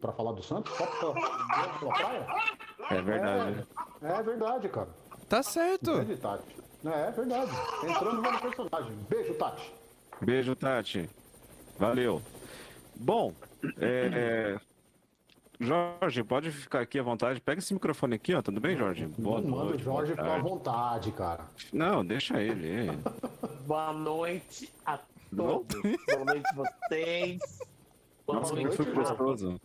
Pra falar do Santos? Só pra, pela praia? É verdade. É, é verdade, cara. Tá certo. Grande Tati. É, é verdade. Entrando no personagem. Beijo, Tati. Beijo, Tati. Valeu. Bom, é, é, Jorge, pode ficar aqui à vontade. Pega esse microfone aqui, ó. Tudo bem, Jorge? Boa Não manda o noite. Tá boa Jorge ficar à tarde. vontade, cara. Não, deixa ele. ele. Boa noite a Não? todos. Boa noite a vocês. Boa Nossa, como noite, foi Rafa. gostoso.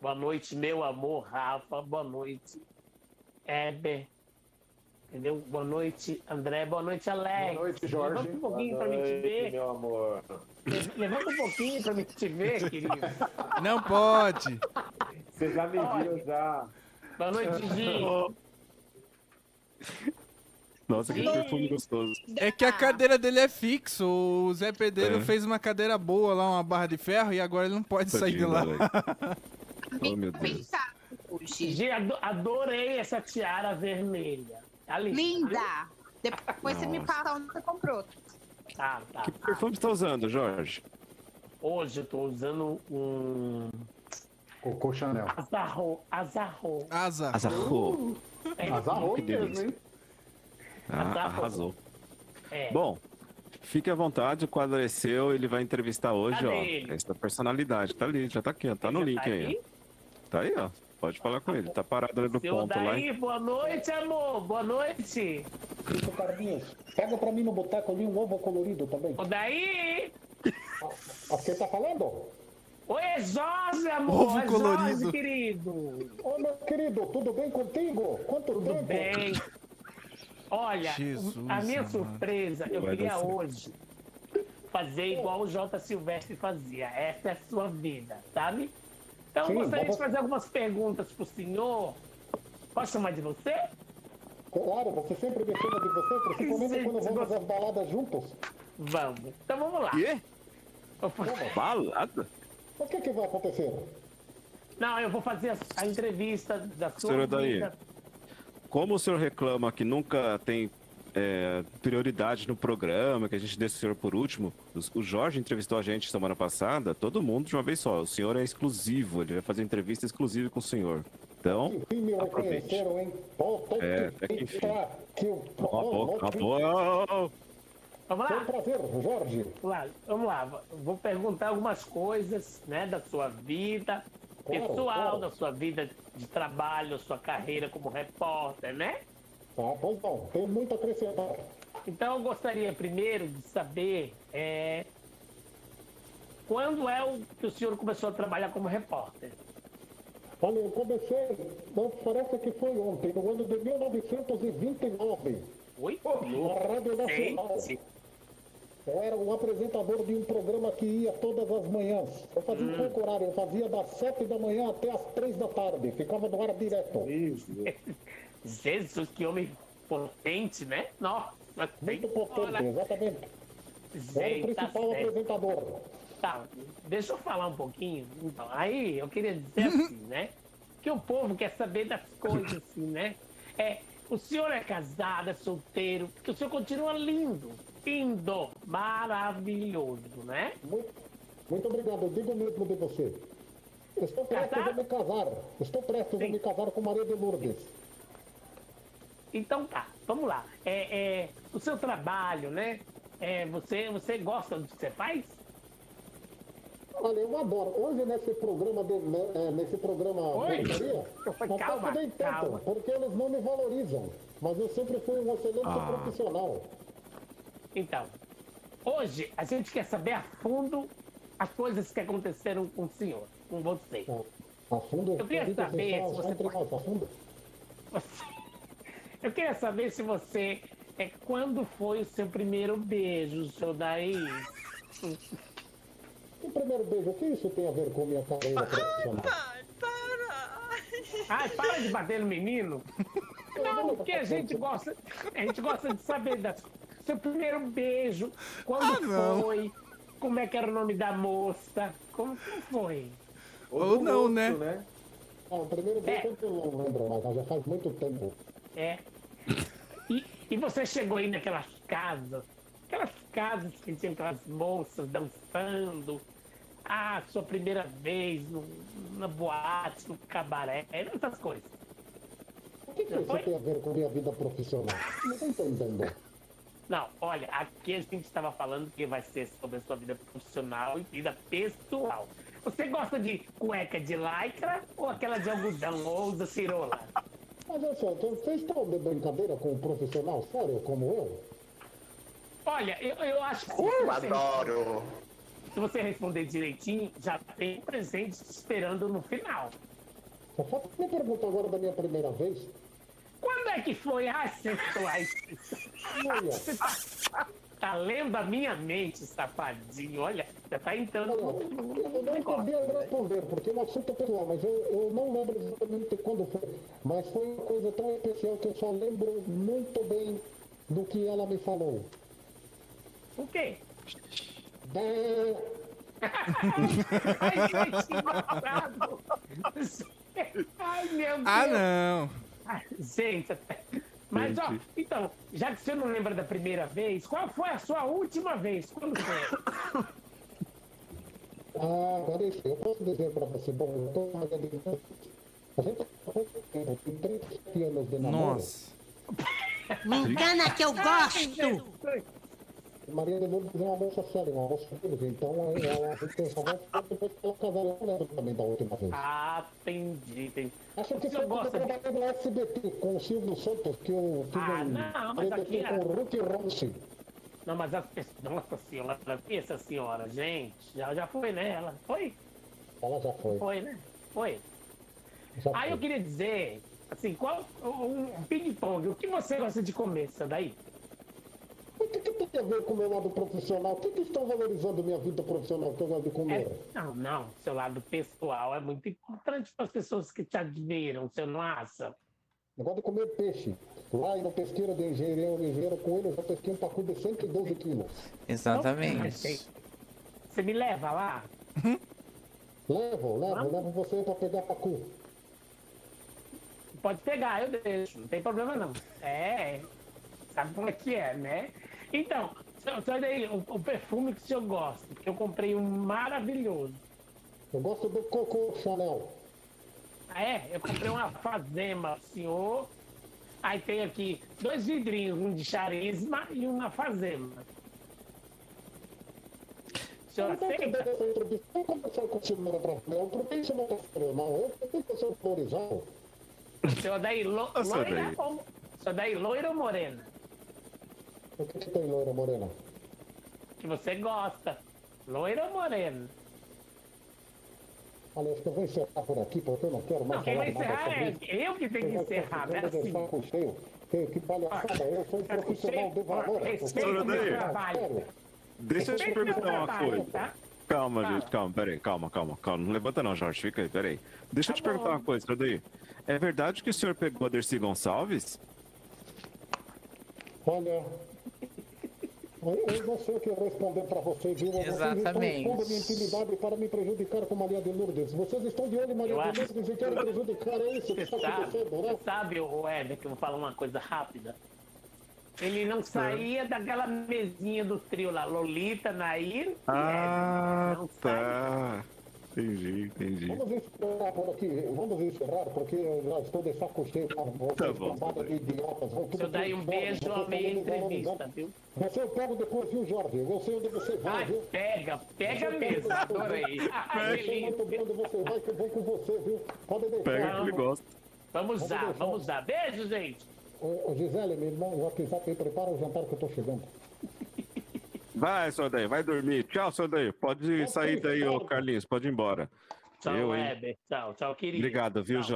Boa noite, meu amor, Rafa. Boa noite, Heber. Entendeu? Boa noite, André. Boa noite, Alex. Boa noite, Jorge. Levanta um Boa pouquinho pra mim te ver. meu amor. Levanta um pouquinho pra mim te ver, querido. Não pode. Você já me Olha. viu já. Boa noite, Gi. Nossa, que Sim. perfume gostoso. É que a cadeira dele é fixa. O Zé Pedreiro É. fez uma cadeira boa lá, uma barra de ferro, e agora ele não pode sair de Tadinho, lá. moleque. tá Bem Oh, meu Deus. pensado hoje. Gi, ado- adorei essa tiara vermelha. Tá linda. Linda! Depois você me Nossa. fala onde você comprou. Tá, tá. Que perfume você tá usando, Jorge? Hoje eu tô usando um Cocô Chanel. azarro, azarro. Asa. Azarro. É, Azarrou Que mesmo, delícia. hein? Ah, arrasou. é. Bom, fique à vontade, o quadro é seu, ele vai entrevistar hoje, Cadê ó. ele? Essa personalidade, tá ali, já tá aqui, ó, tá no Já link aí. aqui? ó. Tá aí, ó. Pode falar com ele, tá parado ali no Seu ponto lá. hein? daí, boa noite, amor. Boa noite. Ô, Carlinhos, pega pra mim no boteco ali um ovo colorido também. O daí. Ó, Você tá falando? Oi, Jorge, amor. Ovo Oi, Jorge, colorido. querido. Ô, meu querido, tudo bem contigo? Quanto Tudo tempo? bem? Olha, Jesus a minha amado. surpresa, eu Vai dar queria certo. hoje fazer igual o Jota Silvestre fazia. Essa é a sua vida, sabe? Então, Sim, eu gostaria vamos- de fazer algumas perguntas pro senhor. Posso chamar de você? Claro, você sempre me chama de você, principalmente Gente, quando vamos você- às baladas juntos. Vamos. Então, vamos lá. Quê? Eu vou- Balada? O que que vai acontecer? Não, eu vou fazer a, a entrevista da sua Senhor vida. Odair. Como o senhor reclama que nunca tem é, prioridade no programa, que a gente deixa o senhor por último, os- o Jorge entrevistou a gente semana passada, todo mundo de uma vez só. O senhor é exclusivo, ele vai fazer entrevista exclusiva com o senhor. Então, Sim, me Aproveite. reconheceram, hein? Pô, tô É, que- até que enfim. tá, que eu... acabou, Pô, acabou. Vamos Foi um lá? prazer, Jorge. Vamos lá, vamos lá. Vou perguntar algumas coisas, né, da sua vida Claro, pessoal, claro. da sua vida de trabalho, sua carreira como repórter, né? Tá, pois não, tem muito a acrescentar. Então eu gostaria primeiro de saber é, quando é o que o senhor começou a trabalhar como repórter? Olha, eu comecei, não parece que foi ontem, no ano de 1929, Oi? na Rádio Nacional. Gente, Eu era um apresentador de um programa que ia todas as manhãs. Eu fazia Hum. um pouco horário, eu fazia das sete da manhã até as três da tarde, ficava no ar direto. Isso. Jesus, que homem potente, né? Nossa, Muito tem hora. potente, exatamente. Eu era o Gente, tá principal certo. apresentador. Tá, deixa eu falar um pouquinho. Então, aí eu queria dizer assim, né? Que o povo quer saber das coisas, assim, né? É, o senhor é casado, é solteiro, porque o senhor continua lindo, lindo, maravilhoso, né? Muito, muito obrigado, eu digo o mesmo de você. Estou prestes Casar? a me casar. Estou prestes a Sim. me casar com Maria de Lourdes. Então tá, vamos lá. É, é, o seu trabalho, né? É, você, você gosta do que você faz? Olha, eu adoro. Hoje nesse programa de, né, é, nesse programa tá Oi? Porcaria, não Calma, calma, nem tanto, calma. porque eles não me valorizam. Mas eu sempre fui um excelente profissional. Então, hoje a gente quer saber a fundo as coisas que aconteceram com o senhor, com você. A fundo, Eu queria acredito que saber está se só você entre pode- nós, a fundo. Você- Eu queria saber se você. É, quando foi o seu primeiro beijo, seu daí? O Um primeiro beijo, o que isso tem a ver com minha Ah, carreira profissional? Ai, para! Ai, para de bater no menino. Não, porque Ah, a gente gosta, a gente gosta de saber da seu primeiro beijo, quando Ah, não. foi, como é que era o nome da moça, como que foi? Ou do não, outro, né? Ah, o primeiro beijo eu não lembro, mas já faz muito tempo. É. E, e você chegou aí naquelas casas, aquelas casas que tinham aquelas moças dançando. Ah, sua primeira vez no, na boate, no cabaré, essas coisas. O que, que isso Oi? tem a ver com minha vida profissional? Não tô entendendo. Não, olha, aqui a gente estava falando que vai ser sobre a sua vida profissional e vida pessoal. Você gosta de cueca de lycra ou aquela de algodão ou da cirola? Mas olha só, então, vocês estão de brincadeira com um profissional sério como eu? Olha, eu, eu acho que se Eu você- adoro. se você responder direitinho, já tem um presente te esperando no final. Só falta me perguntar agora da minha primeira vez. Quando é que foi a sexuais? Olha, Você tá, tá lendo a minha mente, safadinho. Olha, já tá entrando no, olha, no- eu no não negócio. entendi agora por ver, porque o assunto é pessoal, mas eu, eu não lembro exatamente quando foi. Mas foi uma coisa tão especial que eu só lembro muito bem do que ela me falou. O quê? Bé, Ai, gente, engraçado. Ai, meu Deus. Ah, não. Ai, Gente, até- mas ó, Gente. então, já que você não lembra da primeira vez, qual foi a sua última vez? Quando foi? Ah, agora isso, eu posso dizer para você, bom, eu estou fazendo isso. A gente há pouco tempo, tem 37 anos de namoro. Nossa. Me engana que eu gosto. Maria de Lourdes é uma moça séria, uma moça firme, então é, ela tem só vai ficar depois que ela casar, eu não lembro também da última vez. Ah, entendi, entendi. Acho que Você foi quando eu gosta de- trabalhei no SBT com o Silvio Santos, que eu tive Ah, um não, mas SBT aqui era- com o Ruth Ronce. Não, mas as pessoas. Nossa senhora, essa senhora, gente, já, já foi, né? Ela foi? Ela já foi. Foi, né? Foi. Já Aí foi. eu queria dizer, assim, qual um ping-pong, o que você gosta de comer, isso daí? O que, que tem a ver com o meu lado profissional? O que, que estão valorizando minha vida profissional que eu gosto de comer? É- não, não, seu lado pessoal é muito importante para as pessoas que te admiram, você não acha? Eu gosto de comer peixe. Lá na pesqueira de engenheiro, engenheiro com ele, eu já pesquei um pacu de 112 quilos. Exatamente. Você me leva lá? Levo, levo, Ah. levo você pra pegar pacu. Pode pegar, eu deixo, não tem problema não. É, sabe como é que é, né? Então, seu- seu daí, o, o perfume que o senhor gosta, porque eu comprei um maravilhoso. Eu gosto do cocô Chanel. Ah, É, eu comprei uma fazema, senhor. Aí tem aqui dois vidrinhos, um de charisma e uma fazema. O senhor Eu não entendi aceita? essa entrevista. Eu conversar com o senhor pra não. Por que isso não tá não? Eu por que eu sou florizal? O senhor é daí lo, Ô, senhor loira daí. ou o senhor é daí loira ou morena? O que, que tem, loira morena? Que você gosta. Loira ou morena? Olha, acho que eu vou encerrar por aqui, porque eu não quero mais Não, quem falar vai nada encerrar sobre é isso. eu que tenho que encerrar, né? Eu tô Assim. ficando de saco cheio. Que, que palhaçada, eu sou um Saco profissional cheio. de valor. Respeita o meu Sério. trabalho. Deixa eu te Respeita o meu perguntar uma trabalho, coisa. tá? Calma, Fala. gente, calma, peraí, calma, calma, calma. Não levanta não, Jorge, fica aí, peraí. Deixa eu Tá te perguntar bom. uma coisa, Cadê? É verdade que o senhor pegou a Dercy Gonçalves? Olha, eu eu não sei o que responder para vocês, viu? Vocês estão Exatamente. expondo minha intimidade para me prejudicar com Maria de Lourdes. Vocês estão de olho em Maria Eu de acho- Lourdes e querem prejudicar, é isso que Você está sabe, acontecendo, né? você sabe, ô Heber, que eu vou falar uma coisa rápida. Ele não saía daquela mesinha do trio lá, Lolita, Nair. e Ah. Heber. Não saía. Ah, tá. Entendi, entendi. Vamos encerrar por aqui, vamos encerrar, porque eu já estou de saco cheio com vocês, Tá bom, cambada tá bem. de idiotas. vão tudo Se eu dar um pro beijo, inferno, eu amei vocês estão a me entrevista, valorizando. viu? né? Você é eu pego depois, viu, Jorge? Eu sei onde você vai, Ai, viu? pega, pega mesmo, adorei. Ai, Eu sei muito bem delícia. onde você vai, que eu vou com você, viu? Pode deixar. Pega que ele Vamos. gosta. Vamos lá, vamos lá. Beijo, gente. Ô, ô, Gisele, meu irmão, o WhatsApp aí, prepara o jantar que eu tô chegando. Vai, senhor daí, vai dormir. Tchau, senhor daí. Pode sair daí, ô Carlinhos, pode ir embora. Tchau, Eu, hein? Heber. Tchau, tchau, querido. Obrigado, viu, Tchau.